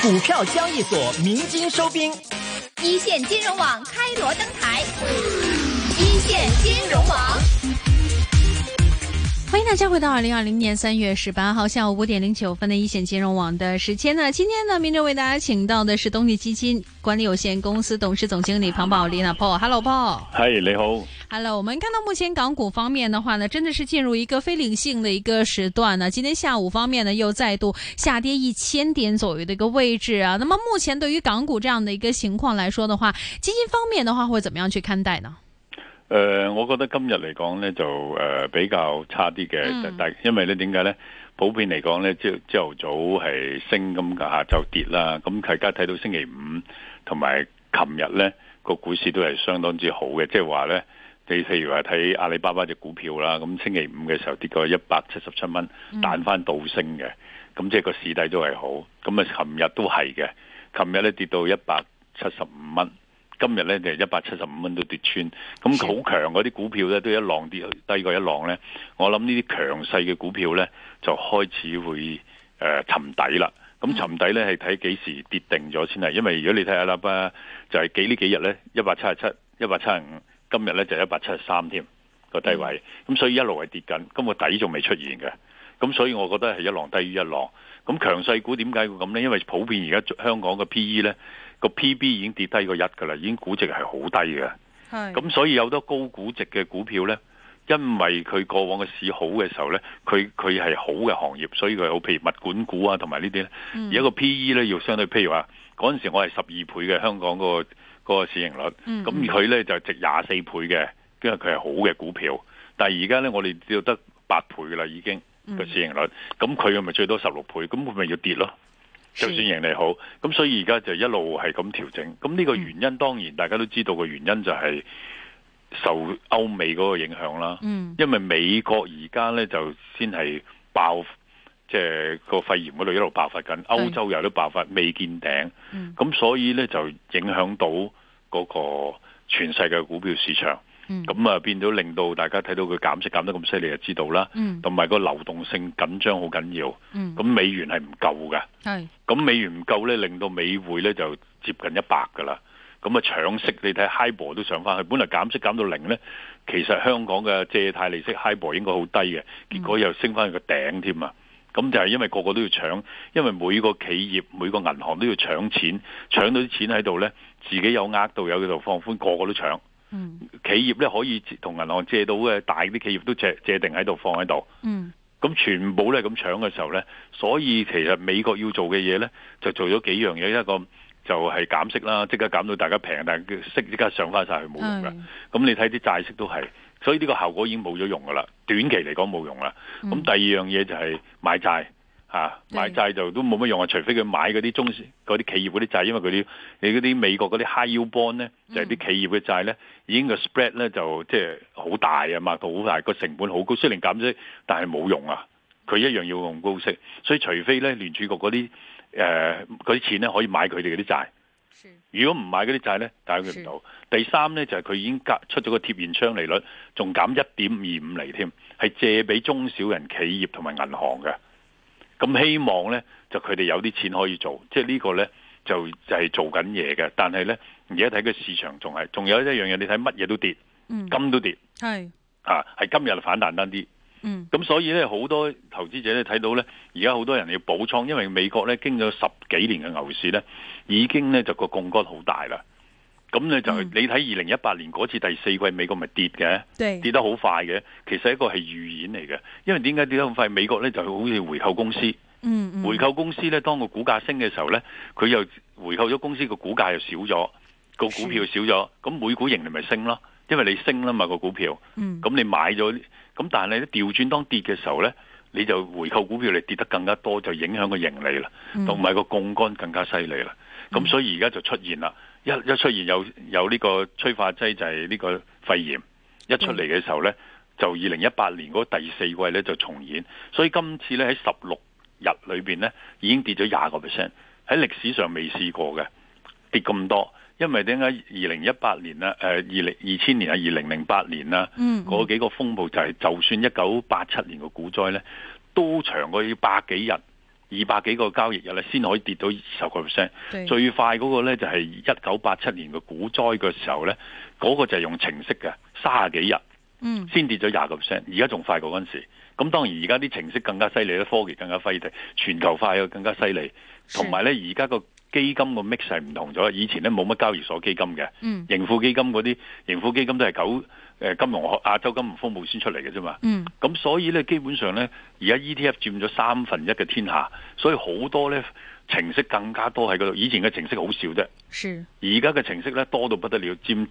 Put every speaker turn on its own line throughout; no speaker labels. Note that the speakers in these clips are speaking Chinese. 股票交易所鸣金收兵，
一线金融网开锣登台，一线金融网。
欢迎大家回到二零二零年三月十八号下午五点零九分的一线金融网的时间呢。今天呢，明哲为大家请到的是东力基金管理有限公司董事总经理庞宝林啊，Paul。Hello，Paul。
嗨，你好。
Hello，我们看到目前港股方面的话呢，真的是进入一个非理性的一个时段啊呢。今天下午方面呢，又再度下跌一千点左右的一个位置啊。那么目前对于港股这样的一个情况来说的话，基金方面的话会怎么样去看待呢？
誒、呃我覺得今日嚟講咧就誒、比較差啲嘅，
嗯
但因為咧點解咧？普遍嚟講咧，朝朝頭早係升咁嘅，下晝跌啦。咁大家睇到星期五同埋琴日咧個股市都係相當之好嘅，即係話咧，你譬如話睇阿里巴巴隻股票啦，咁星期五嘅時候跌過一百七十七蚊，彈翻倒升嘅，咁即係個市底都係好。咁啊，琴日都係嘅，琴日咧跌到一百七十五蚊。今日咧就一百七十五蚊都跌穿，咁好強嗰啲股票咧都一浪跌低過一浪咧，我諗呢啲強勢嘅股票咧就開始會誒、呃沉底啦。咁沉底咧係睇幾時跌定咗先係，啊因為如果你睇下啦巴，就係、幾呢幾日咧一百七十七、一百七十五，今日咧就一百七十三添個低位，咁所以一路係跌緊，咁個底仲未出現嘅。咁所以我覺得係一浪低於一浪。咁強勢股點解會咁呢？因為普遍而家香港嘅 P E 呢個 P B 已經跌低過一㗎啦，已經估值係好低嘅。
係
咁所以有好多高估值嘅股票呢，因為佢過往嘅市好嘅時候呢，佢佢係好嘅行業，所以佢好譬如物管股啊，同埋呢啲呢。
嗯
而家個 P E 呢，要相對譬如話嗰陣時我係十二倍嘅香港嗰、個嗰個市盈率，
嗯
咁佢呢就值廿四倍嘅，因為佢係好嘅股票。但係而家呢，我哋要得八倍㗎啦，已經
嗯
個市盈率，咁佢咪最多十六倍，咁佢咪要跌咯。
嗯
就算盈利好，咁所以而家就一路係咁調整。咁呢
嗯
個原因當然大家都知道個原因就係受歐美嗰個影響啦。
嗯
因為美國而家咧就先係爆，即係個肺炎嗰度一路爆發緊，歐洲又都爆發，未見頂。
嗯
咁所以咧就影響到嗰個全世界股票市場。
嗯
咁啊變咗令到大家睇到佢減息減得咁犀利就知道啦。
嗯
同埋個流動性緊張好緊要。
嗯
咁美元係唔夠嘅。
係
咁美元唔夠咧，令到美匯咧就接近一百噶啦。咁啊搶息，你睇 HIBOR 都上翻去，本來減息減到零咧，其實香港嘅借貸利息 HIBOR 應該好低嘅，結果又升翻去個頂添啊！咁就係因為個個都要搶，因為每個企業每個銀行都要搶錢，搶到啲錢喺度咧，自己有額度有喺度放寬，個個都搶。
嗯
企業咧可以同銀行借到嘅大啲企業都借借定喺度放喺度。
嗯
咁全部咧咁搶嘅時候咧，所以其實美國要做嘅嘢咧，就做咗幾樣嘢，一個就係減息啦，即刻減到大家平，但係息即刻上翻晒去冇用㗎。
係
咁你睇啲債息都係，所以呢個效果已經冇咗用㗎啦，短期嚟講冇用啦。咁
嗯
第二樣嘢就係買債。嚇、
對
買債就都冇乜用啊，除非佢買嗰啲中嗰啲企業嗰啲債，因為佢啲你嗰啲美國嗰啲 high yield bond 咧，就係、啲企業嘅債咧，已經個 spread 咧就即係好大啊，擘到好大，個成本好高，雖然減息，但係冇用啊，佢一樣要用高息，所以除非咧聯儲局嗰啲誒嗰啲錢咧可以買佢哋嗰啲債。
是
如果唔買嗰啲債咧，打佢唔到。第三咧就係、佢已經加出咗個貼現窗利率，仲減一點二五厘添，係借俾中小人企業同埋銀行嘅。咁希望咧就佢哋有啲錢可以做，即係呢個咧就就係、做緊嘢嘅。但係咧而家睇個市場仲係，仲有一樣嘢，你睇乜嘢都跌，
嗯
金都跌
係
啊，係今日反彈單啲。
嗯
咁所以咧，好多投資者咧睇到咧，而家好多人要補倉，因為美國咧經咗十幾年嘅牛市咧，已經咧就個槓桿好大啦。咁咧就係
嗯
你睇二零一八年嗰次第四季美國咪跌嘅，
對
跌得好快
嗯
嘅，其實一個係預演嚟嘅。因為點解跌得咁快？美國咧就好似回購公司，
嗯嗯
回購公司咧當個股價升嘅時候咧，佢又回購咗公司個股價又少咗，個股票少咗，咁每股盈利咪升咯，因為你升啦嘛個股票。
嗯
咁你買咗，咁但係咧調轉當跌嘅時候咧，你就回購股票，你跌得更加多，就影響個盈利啦，
嗯
同埋個槓桿更加犀利啦。咁所以而家就出現啦，一一出現有有呢個催化劑就係呢個肺炎，一出嚟嘅時候咧，就二零一八年嗰第四季咧就重演，所以今次咧喺十六日裏邊咧已經跌咗廿個 percent，喺歷史上未試過嘅。跌咁多，因為點解二零一八年啦，誒二零二千年啊，二零零八年啊啦，
嗯
嗰、幾個風暴就係、就算一九八七年個股災咧，都長過要百幾日，二百幾個交易日咧，先可以跌到十個 percent。
對，
最快嗰個咧就係一九八七年嘅股災嘅時候咧，嗰、個就係用程式嘅，三十幾日
嗯，
先跌咗廿個 percent，而家仲快過嗰陣時。咁當然而家啲程式更加犀利啦，科技更加輝地，全球化又更加犀利，
是
同埋咧而家個基金個 mix 係唔同咗，以前咧冇乜交易所基金嘅。
嗯
盈富基金嗰啲盈富基金都係九誒金融學亞洲金融風暴先出嚟嘅啫嘛。
嗯
咁所以咧，基本上咧，而家 ETF 佔咗三分一嘅天下，所以好多咧程式更加多喺嗰度。以前嘅程式好少啫，
是，
而家嘅程式咧多到不得了，佔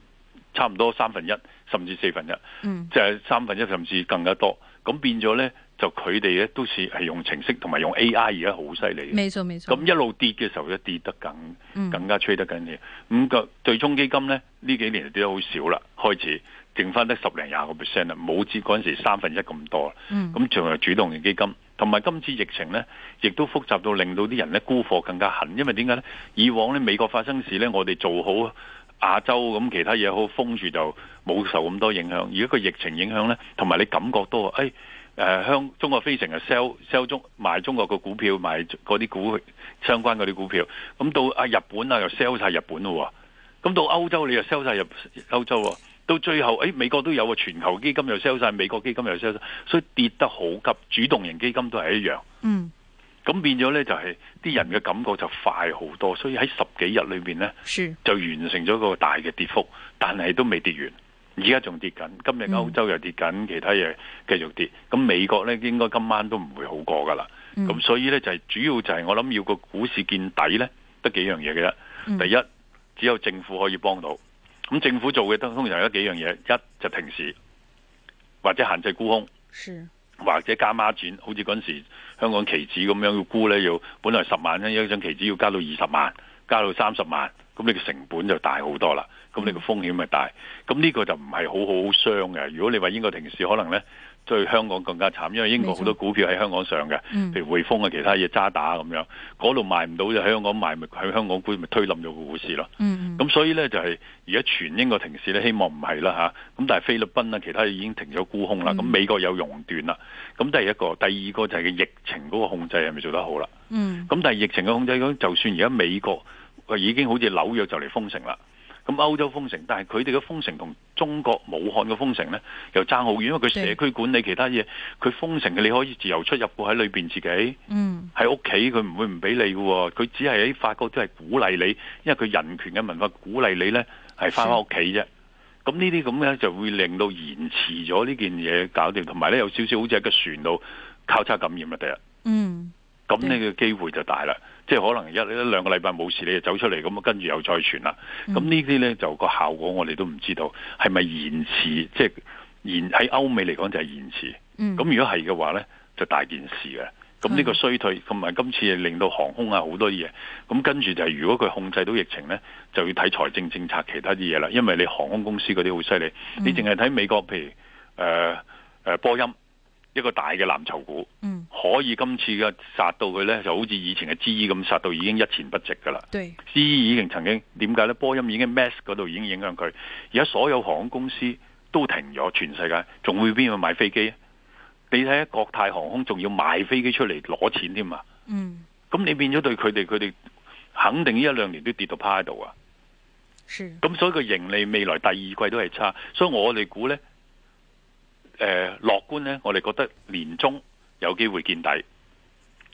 差唔多三分一甚至四分一，
嗯
即係三分一甚至更加多。咁變咗咧，就佢哋咧都是係用程式同埋用 AI 而家好犀利嘅。
沒錯沒錯，
咁一路跌嘅時候，一跌得更
嗯
更加吹得緊要。咁個對沖基金呢，呢幾年就跌得好少啦，開始剩翻得十零廿個 percent 啦，冇至嗰陣時三分一咁多啦。
嗯
咁仲有主動型基金，同埋今次疫情呢，亦都複雜到令到啲人呢沽貨更加狠，因為點解呢？以往呢，美國發生事呢，我哋做好亞洲咁其他嘢好封住就冇受咁多影響。而家個疫情影響呢，同埋你感覺多啊，誒、誒香中國飛城啊 sell sell 中賣中國個股票，賣嗰啲股相關嗰啲股票，咁到啊日本啊又 sell 晒日本咯喎，咁到歐洲你又 sell 晒日歐洲喎，到最後誒、哎美國都有喎，全球基金又 sell 晒，美國基金又 sell 晒，所以跌得好急，主動型基金都係一樣。
嗯
咁變咗呢，就係、啲人嘅感覺就快好多，所以喺十幾日裏面呢，
是，
就完成咗個大嘅跌幅，但係都未跌完，而家仲跌緊。今日
嗯
歐洲又跌緊，其他嘢繼續跌。咁美國呢，應該今晚都唔會好過㗎啦。
嗯
咁所以呢，就係、主要就係我諗要個股市見底呢，得幾樣嘢嘅啫。
嗯
第一，只有政府可以幫到。咁政府做嘅都通常有幾樣嘢，一就停市，或者限制沽空。
是，
或者加孖展，好似嗰陣時香港期指咁樣要沽呢，要本來十萬一張期指要加到二十萬，加到三十萬，咁你嘅成本就大好多啦，咁你嘅風險咪大，咁呢個就唔係好好傷嘅。如果你話英國停市，可能呢對香港更加慘，因為英國好多股票喺香港上嘅，
嗯
譬如匯豐啊、其他嘢渣打咁樣，嗰度賣唔到就喺香港賣，咪喺香港股咪推冧咗個股市咯。
嗯嗯
咁所以咧就係而家全英國停市咧，希望唔係啦嚇。咁但係菲律賓啦，啊其他已經停咗沽空啦。咁
嗯
美國有熔斷啦。咁第一個，第二個就係個疫情嗰個控制係咪做得好啦？
嗯
咁但係疫情嘅控制咁，就算而家美國佢已經好似紐約就嚟封城啦，咁歐洲封城，但係佢哋嘅封城同中國武漢嘅封城呢，又爭好遠，因為佢社區管理其他嘢，佢封城嘅你可以自由出入喎喺裏邊自己。
嗯
喺屋企佢唔會唔俾你嘅喎，佢只係喺法國都係鼓勵你，因為佢人權嘅文化鼓勵你呢係翻返屋企啫。咁呢啲咁呢就會令到延遲咗呢件嘢搞掂，同埋呢有少少好似喺個船度交叉感染啊！第日
嗯
咁呢個機會就大啦，即係可能一一兩個禮拜冇事你就走出嚟，咁啊跟住又再傳啦。咁呢啲呢就個效果我哋都唔知道係咪延遲，即係延喺歐美嚟講就係延遲。
嗯，
咁如果係嘅話呢，就大件事嘅。咁呢個衰退同埋今次係令到航空啊好多嘢，咁跟住就係如果佢控制到疫情呢，就要睇財政政策其他啲嘢啦。因為你航空公司嗰啲好犀利，你淨係睇美國譬如誒誒、呃呃波音一個大嘅藍籌股，
嗯
可以今次嘅殺到佢呢，就好似以前嘅 GE 咁殺到已經一錢不值㗎啦。
對，
GE E 已經曾經點解呢？波音已經 mass 嗰度已經影響佢，而家所有航空公司都停咗，全世界仲會邊個買飛機啊？你睇下國泰航空仲要賣飛機出嚟攞錢添啊！
嗯
咁你變咗對佢哋，佢哋肯定呢一兩年都跌到趴喺度啊！
是，
咁所以個盈利未來第二季都係差，所以我哋估呢，誒、樂觀呢，我哋覺得年中有機會見底，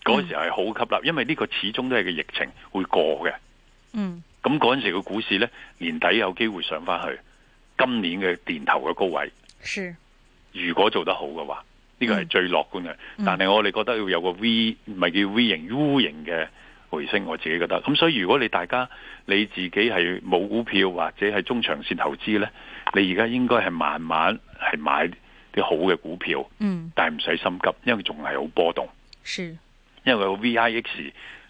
嗰時係好吸納，因為呢個始終都係個疫情會過嘅。
嗯
咁嗰陣時個股市呢，年底有機會上翻去今年嘅年頭嘅高位，
是，
如果做得好嘅話，呢個係
嗯
最樂觀嘅。
嗯
但係我哋覺得要有個 V，唔係叫 V 型 U 型嘅回升，我自己覺得。咁所以如果你大家你自己係冇股票或者係中長線投資呢，你而家應該係慢慢係買啲好嘅股票，
嗯
但係唔使心急，因為仲係好波動。
是，
因為個 VIX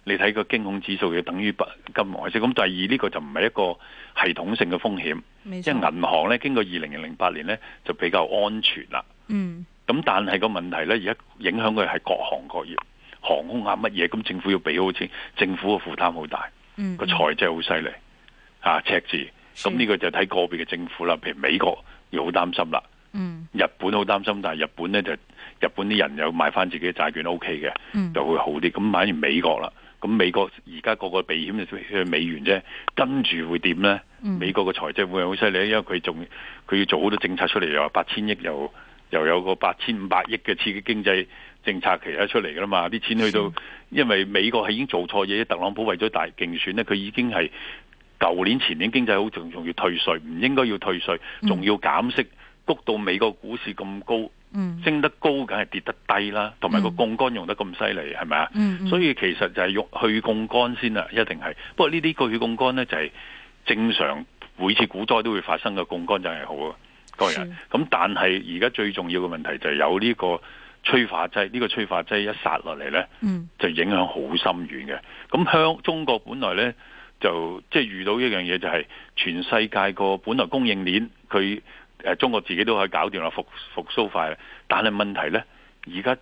你睇個驚恐指數要等於不金融海嘯。咁第二呢、個就唔係一個系統性嘅風險，
沒
即係
錯，
銀行咧經過二零零八年咧就比較安全啦。
嗯
咁但係個問題咧，而家影響嘅係各行各業，航空啊乜嘢，咁政府要俾好錢，政府嘅負擔好大，
嗯
個財政好犀利啊赤字。咁呢個就睇個別嘅政府啦，譬如美國要好擔心啦，
嗯
日本好擔心，但係日本咧就日本啲人有買翻自己嘅債券 O K 嘅，
嗯
就會好啲。咁反而美國啦，咁美國而家個個避險就去美元啫，跟住會點呢？
嗯
美國嘅財政會好犀利，因為佢仲佢要做好多政策出嚟，又話八千億，又又有個八千五百億嘅刺激經濟政策其他出嚟噶啦嘛，啲錢去
嗯
到，因為美國係已經做錯嘢，特朗普為咗大競選呢，佢已經係舊年前年經濟好，仲仲要退税，唔應該要退税，
嗯
仲要減息，谷到美國股市咁高。
嗯
升得高梗係跌得低啦，同埋個
嗯
槓桿用得咁犀利，係咪啊？
嗯，
所
以
以其實就係用去槓桿先啦，一定係。不過呢啲個去槓桿呢，就係、正常每次股災都會發生嘅槓桿就係好啊，個人。咁但係而家最重要嘅問題就係有呢個催化劑，呢、個催化劑一殺落嚟呢，
嗯
就影響好深遠嘅。咁香中國本來呢，就即係遇到一樣嘢，就係全世界個本來供應鏈，佢誒、呃中國自己都可以搞掂啦，復復甦快啦。但係問題呢，而家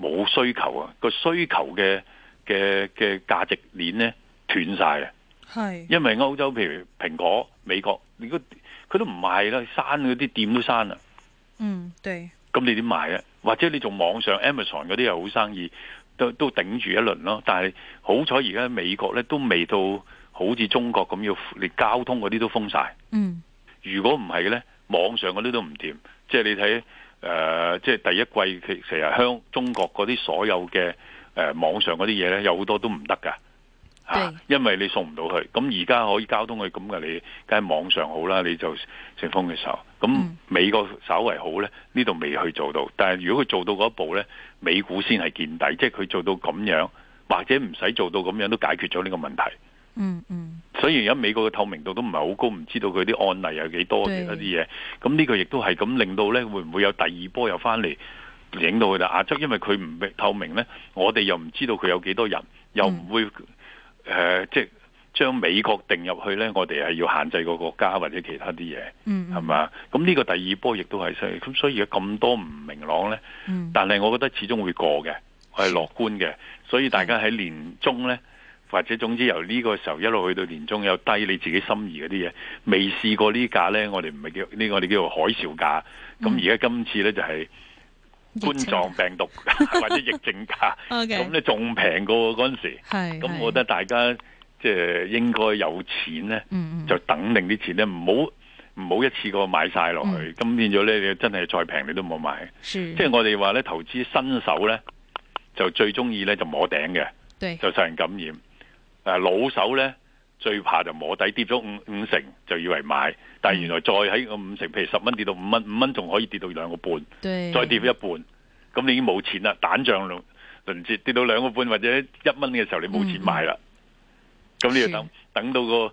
冇需求啊，個需求嘅嘅嘅價值鏈呢，斷晒啊！
係
因為歐洲譬如蘋果、美國，如果佢都唔賣啦，閂嗰啲店都閂啦。
嗯對
咁你點賣咧？啊或者你做網上 Amazon 嗰啲又好生意，都都頂住一輪咯。但係好彩而家美國咧都未到好似中國咁要連交通嗰啲都封晒。
嗯
如果唔係咧，網上嗰啲都唔掂。即係你睇誒、呃即係第一季其其實香中國嗰啲所有嘅誒、呃、網上嗰啲嘢咧，有好多都唔得㗎。嚇
對
因為你送唔到去，咁而家可以交通去咁嘅，你梗係網上好啦，你就成風嘅時候，咁
嗯
美國稍為好呢，呢度未去做到，但係如果佢做到嗰一步呢，美股先係見底，即係佢做到咁樣，或者唔使做到咁樣都解決咗呢個問題。
嗯嗯
所以而家美國嘅透明度都唔係好高，唔知道佢啲案例有幾多
對
其他啲嘢，咁呢個亦都係咁令到呢，會唔會有第二波又翻嚟影到佢啦？亞洲因為佢唔透明呢，我哋又唔知道佢有幾多人，又
嗯
唔會。誒、即係將美國定入去呢，我哋係要限制個國家或者其他啲嘢，
嗯，
係嘛？咁呢個第二波亦都係所以咁所以而家咁多唔明朗呢，
嗯？
但係我覺得始終會過嘅，我係樂觀嘅，所以
嗯
大家喺年中呢，或者總之由呢個時候一路去到年中有低你自己心儀嗰啲嘢，未試過呢價呢，我哋唔係叫呢個，我哋叫做海嘯價。
嗯
咁而家今次呢，就係
Dạ
冠狀病毒 或者疫 症價，
O K，
咁呢仲平過嗰陣時。
係
咁我覺得大家即係應該有錢咧，
嗯嗯
就等定啲錢咧，唔好唔好一次過買晒落去。
嗯
咁、變咗咧，你真係再平你都冇買。
是
即係我哋話咧，投資新手咧就最中意咧就摸頂嘅，
對
就受人感染。誒老手咧最怕就摸底跌咗五五成就以為買，但係原來再喺個五成，譬如十蚊跌到五蚊，五蚊仲可以跌到兩個半。
對
再跌一半，咁你已經冇錢啦，蛋漲輪輪折跌到兩個半或者一蚊嘅時候，你冇錢買啦。咁、你要等等到個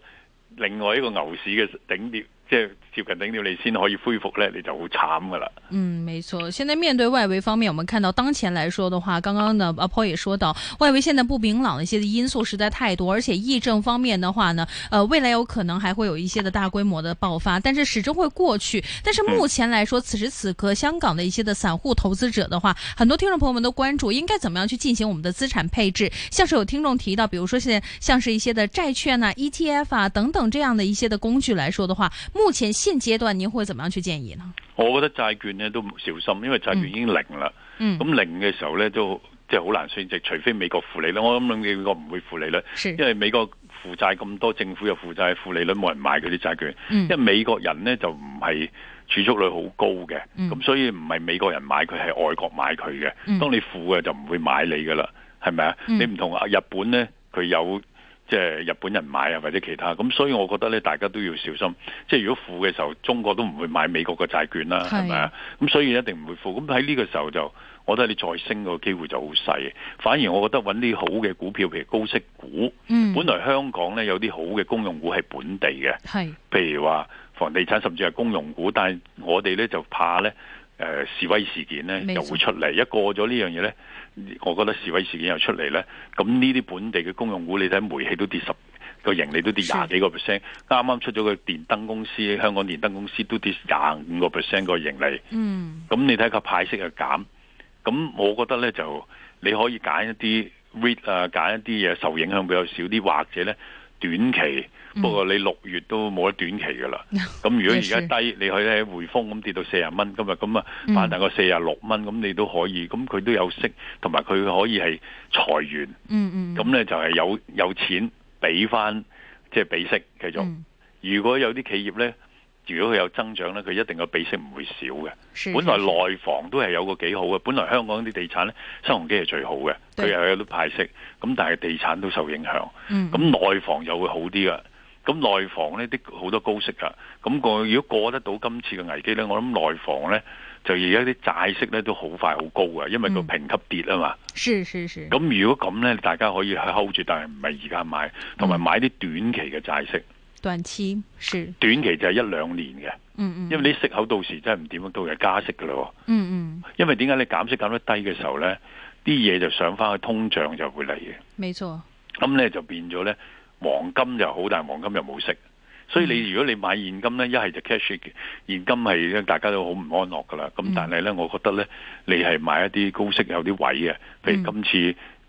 另外一個牛市嘅頂點，即係接近頂點，你先可以恢復呢，你就好慘噶啦。
嗯，没错。现在面对外围方面，我们看到当前来说的话，刚刚呢阿 Paul 也说到，外围现在不明朗的一些的因素实在太多，而且疫症方面的话呢，呃，未来有可能还会有一些的大规模的爆发，但是始终会过去。但是目前来说，此时此刻，香港的一些的散户投资者的话，很多听众朋友们都关注应该怎么样去进行我们的资产配置，像是有听众提到，比如说现在像是一些的债券呐、ETF 啊等等这样的一些的工具来说的话，目前现阶段您会怎么样去建议呢？
我覺得債券呢都小心，因為債券已經零啦。
嗯，
咁、零嘅時候呢，都即係好難升值，除非美國負利率。我諗美國唔會負利率，
是
因為美國負債咁多，政府又負債，負利率冇人買佢啲債券。
嗯
因為美國人呢就唔係儲蓄率好高嘅，咁、
嗯
所以唔係美國人買佢，係外國買佢嘅。
嗯
當你負嘅就唔會買你噶啦，係咪啊？
嗯
你唔同啊日本呢，佢有即係日本人買啊，或者其他咁，所以我覺得呢，大家都要小心。即係如果負嘅時候，中國都唔會買美國嘅債券啦，
係
係咪啊？咁所以一定唔會負。咁喺呢個時候就，我覺得你再升個機會就好細。反而我覺得揾啲好嘅股票，譬如高息股，
嗯，
本來香港呢，有啲好嘅公用股係本地嘅。
係
譬如話房地產甚至係公用股，但係我哋咧就怕咧。誒、示威事件咧
沒錯
又會出嚟，一過咗呢樣嘢咧，我覺得示威事件又出嚟咧，咁呢啲本地嘅公用股，你睇煤氣都跌十個盈利都跌廿幾個 percent，啱啱出咗個電燈公司，香港電燈公司都跌廿五個 percent 個盈利，
嗯
咁你睇個派息又減，咁我覺得咧就你可以揀一啲 REIT 啊，揀一啲嘢受影響比較少啲，或者咧短期，
嗯
不過你六月都冇得短期噶 啦。咁如果而家低，你去咧匯豐咁跌到四十蚊，今日咁啊
嗯
反彈個四十六蚊，咁你都可以，咁佢都有息，同埋佢可以係裁員，
嗯嗯，
咁咧就係有有錢俾翻，即係俾息繼續。
嗯
如果有啲企業咧，如果佢有增長咧，佢一定個比息唔會少嘅。
是
本來
是
內房都係有個幾好嘅，本來香港啲地產咧，新鴻基係最好嘅，
對
佢又有得派息，咁但係地產都受影響。
嗯
咁內房又會好啲噶。啊咁內房呢啲好多高息噶，咁過如果過得到今次嘅危機呢，我諗內房呢，就而家啲債息呢都好快好高噶，因為個
嗯
評級跌啊嘛。
是是是，
咁如果咁呢，大家可以去 hold 住，但係唔係而家買，同埋
嗯
買啲短期嘅債息，
短期是
短期就係一兩年嘅。
嗯嗯，
因為啲息口到時真係唔點樣，到時係加息噶咯。
嗯嗯，
因為點解你減息減得低嘅時候呢，啲嘢就上翻去，通脹就會嚟嘅。
沒錯，
咁呢就變咗呢，黃金就好，但係黃金又冇息。所以你
嗯
如果你買現金呢，一係就 cash 嘅現金係大家都好唔安樂噶啦。咁
嗯
但係呢，我覺得呢，你係買一啲高息有啲位嘅，
嗯
譬如今次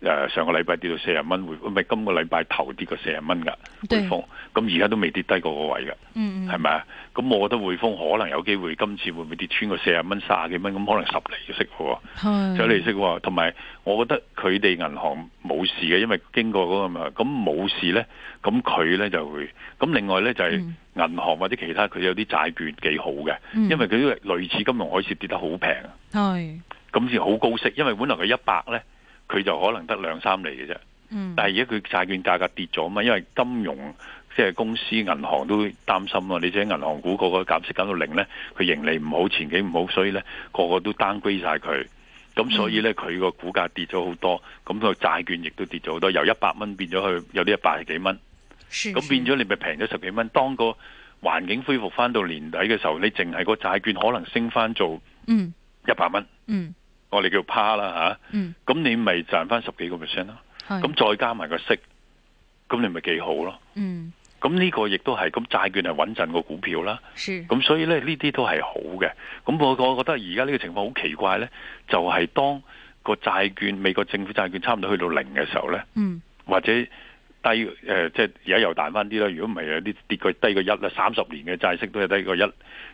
誒、呃上個禮拜跌到四十蚊，匯唔係今個禮拜頭跌過四十蚊㗎，
對
匯豐咁而家都未跌低過個位㗎。
嗯嗯，
係咪啊？咁我覺得匯豐可能有機會今次會唔會跌穿個四十蚊、三十幾蚊？咁可能十厘息喎，
係
有利息喎。同埋我覺得佢哋銀行冇事嘅，因為經過嗰個嘛，咁冇事呢，咁佢呢就會。咁另外呢，就係
嗯
銀行或者其他佢有啲債券幾好嘅，
嗯
因為佢都類似金融海嘯跌得好平，啊
係，
咁先好高息。因為本來佢一百呢，佢就可能得兩三厘嘅啫。
嗯，
但係而家佢債券價格跌咗嘛，因為金融即係公司、銀行都擔心啊。你知銀行股個個減息減到零呢，佢盈利唔好，前景唔好，所以呢個個都 downgrade 晒佢。咁所以呢，佢個股價跌咗好多，咁個債券亦都跌咗好多，由一百蚊變咗去有啲一百十幾蚊，
是
咁變咗你咪平咗十幾蚊。當個環境恢復翻到年底嘅時候，你淨係個債券可能升翻做
嗯
一百蚊，
嗯
我哋叫趴啦
嗯，
吓，咁你咪賺翻十幾個 percent 咯。
係
咁再加埋個息，咁你咪幾好咯。
嗯
咁呢個亦都係，咁債券係穩陣過股票啦。
是
咁所以咧，呢啲都係好嘅。咁我我覺得而家呢個情況好奇怪呢，就係、當個債券美國政府債券差唔多去到零嘅時候呢，
嗯
或者低誒、呃即係而家又彈翻啲啦。如果唔係有啲跌過低過一啦，三十年嘅債息都係低過一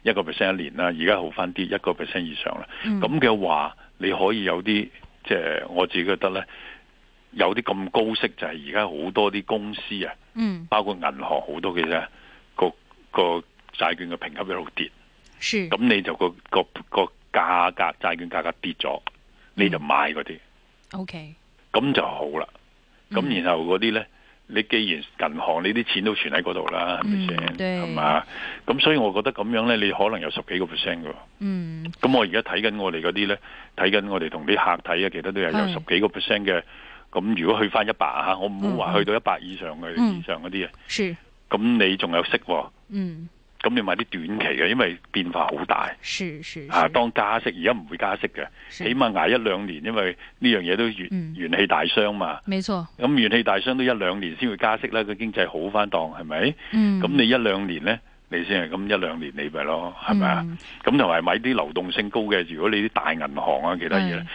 一個 percent 一年啦。而家好翻啲，一個 percent 以上啦。
嗯
咁嘅話，你可以有啲即係我自己覺得呢，有啲咁高息就係而家好多啲公司啊。
嗯
包括銀行好多嘅啫，個個債券嘅評級一路跌，
是
咁你就個個個價格債券價格跌咗，你就買嗰啲，
OK
咁就好啦。
嗯
咁然後嗰啲呢，你既然銀行你啲錢都存喺嗰度啦，係咪
嗯
先？
對
係嘛？咁所以我覺得咁樣呢，你可能有十幾個 percent 㗎喎。
嗯
咁我而家睇緊我哋嗰啲呢，睇緊我哋同啲客睇啊，其他都有有
係
十幾個 percent 嘅。咁如果去翻一百嚇，我唔好話去到一百以上嘅
嗯
以上嗰啲啊，
是
咁你仲有息喎。
嗯
咁你買啲短期嘅，因為變化好大
是是
啊！
是
當加息，而家唔會加息嘅，
是
起碼捱一兩年，因為呢樣嘢都元
嗯
元氣大傷嘛。
沒錯
咁元氣大傷都一兩年先會加息啦，個經濟好翻當係咪？
嗯
咁你一兩年呢，你先係咁一兩年你咪咯，係咪啊？
嗯
咁同埋買啲流動性高嘅，如果你啲大銀行啊其他嘢呢，
嗯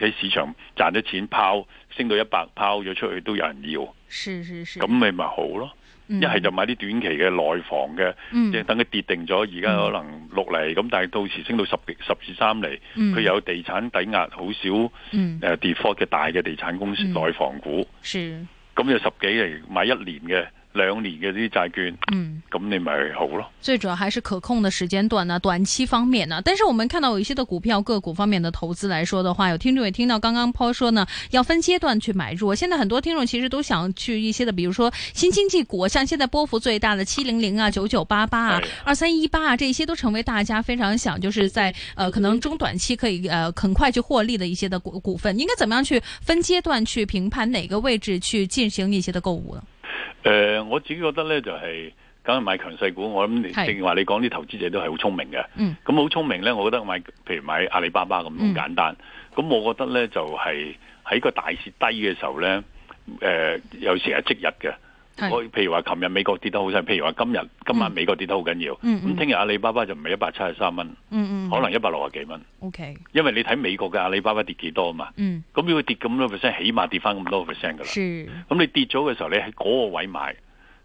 你喺市場賺咗錢拋，升到一百拋咗出去都有人要，
是是是
咁你咪好咯。
嗯
一係就買啲短期嘅內房嘅。
嗯
即係等佢跌定咗，而家可能六厘，咁但係到時升到十幾十至三厘，
嗯
佢有地產抵押，好少誒
嗯
default 嘅大嘅地產公司
嗯
內房股，
是
咁就十幾厘買一年嘅、兩年嘅呢啲債券，
嗯。
咁你咪好咯。
最主要还是可控的时间段呢，短期方面呢。但是我们看到有一些的股票个股方面的投资来说的话，有听众也听到刚刚 Paul 说呢，要分阶段去买入。现在很多听众其实都想去一些的，比如说新经济股，像现在波幅最大的七零零啊、九九八八啊、二三一八啊，这些都成为大家非常想就是在呃可能中短期可以呃很快去获利的一些的股股份，应该怎么样去分阶段去评判哪个位置去进行一些的购物呢？
誒、呃我自己覺得呢，就係梗係買強勢股，我諗你
係
正話你講啲投資者都係好聰明嘅，
嗯
咁好聰明呢，我覺得買譬如買阿里巴巴咁好
嗯
簡單，咁、我覺得呢，就係、喺個大市低嘅時候呢，誒、有時係即日嘅。我譬如話，琴日美國跌得好犀利，譬如話今日今晚
嗯
美國跌得好緊要，
嗯嗯
咁聽日阿里巴巴就唔係一百七十三蚊，
嗯嗯，
可能一百六十幾蚊，
OK，
因為你睇美國嘅阿里巴巴跌幾多啊嘛，
嗯
咁如果跌咁多 percent，起碼跌翻咁多 percent 噶啦，
是。
咁你跌咗嘅時候，你喺嗰個位買，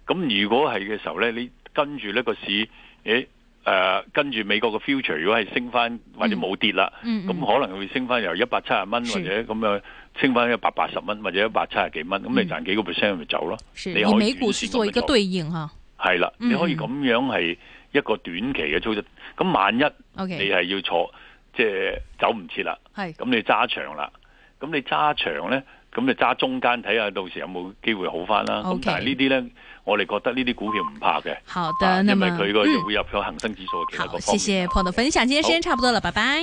咁如果係嘅時候咧，你跟住呢個市，誒誒跟住美國嘅 future，如果係升翻或者冇跌啦，
嗯
咁、
嗯
可能會升翻由一百七十蚊
是
或者咁樣升翻一百八十蚊或者一百七十幾蚊，咁
嗯
你賺幾個 percent 咪走咯？
是
你可以
以美
短
股
線
去
咁
做一
樣
个
做
对应哈。
係啦，
嗯
你可以咁樣係一個短期嘅操作。咁萬一
OK，
你係要坐即係走唔切啦，
係
咁你揸長啦，咁你揸長呢，咁你揸中間睇下到時有冇機會好翻啦。咁
OK
但係呢啲呢，我哋覺得呢啲股票唔怕嘅。
好
啊
的，那
因
么
為
嗯
佢個就會入咗恒生指數嘅其他
好，
個
谢
方面。
谢朋友的分享，今天时间差不多了，拜拜。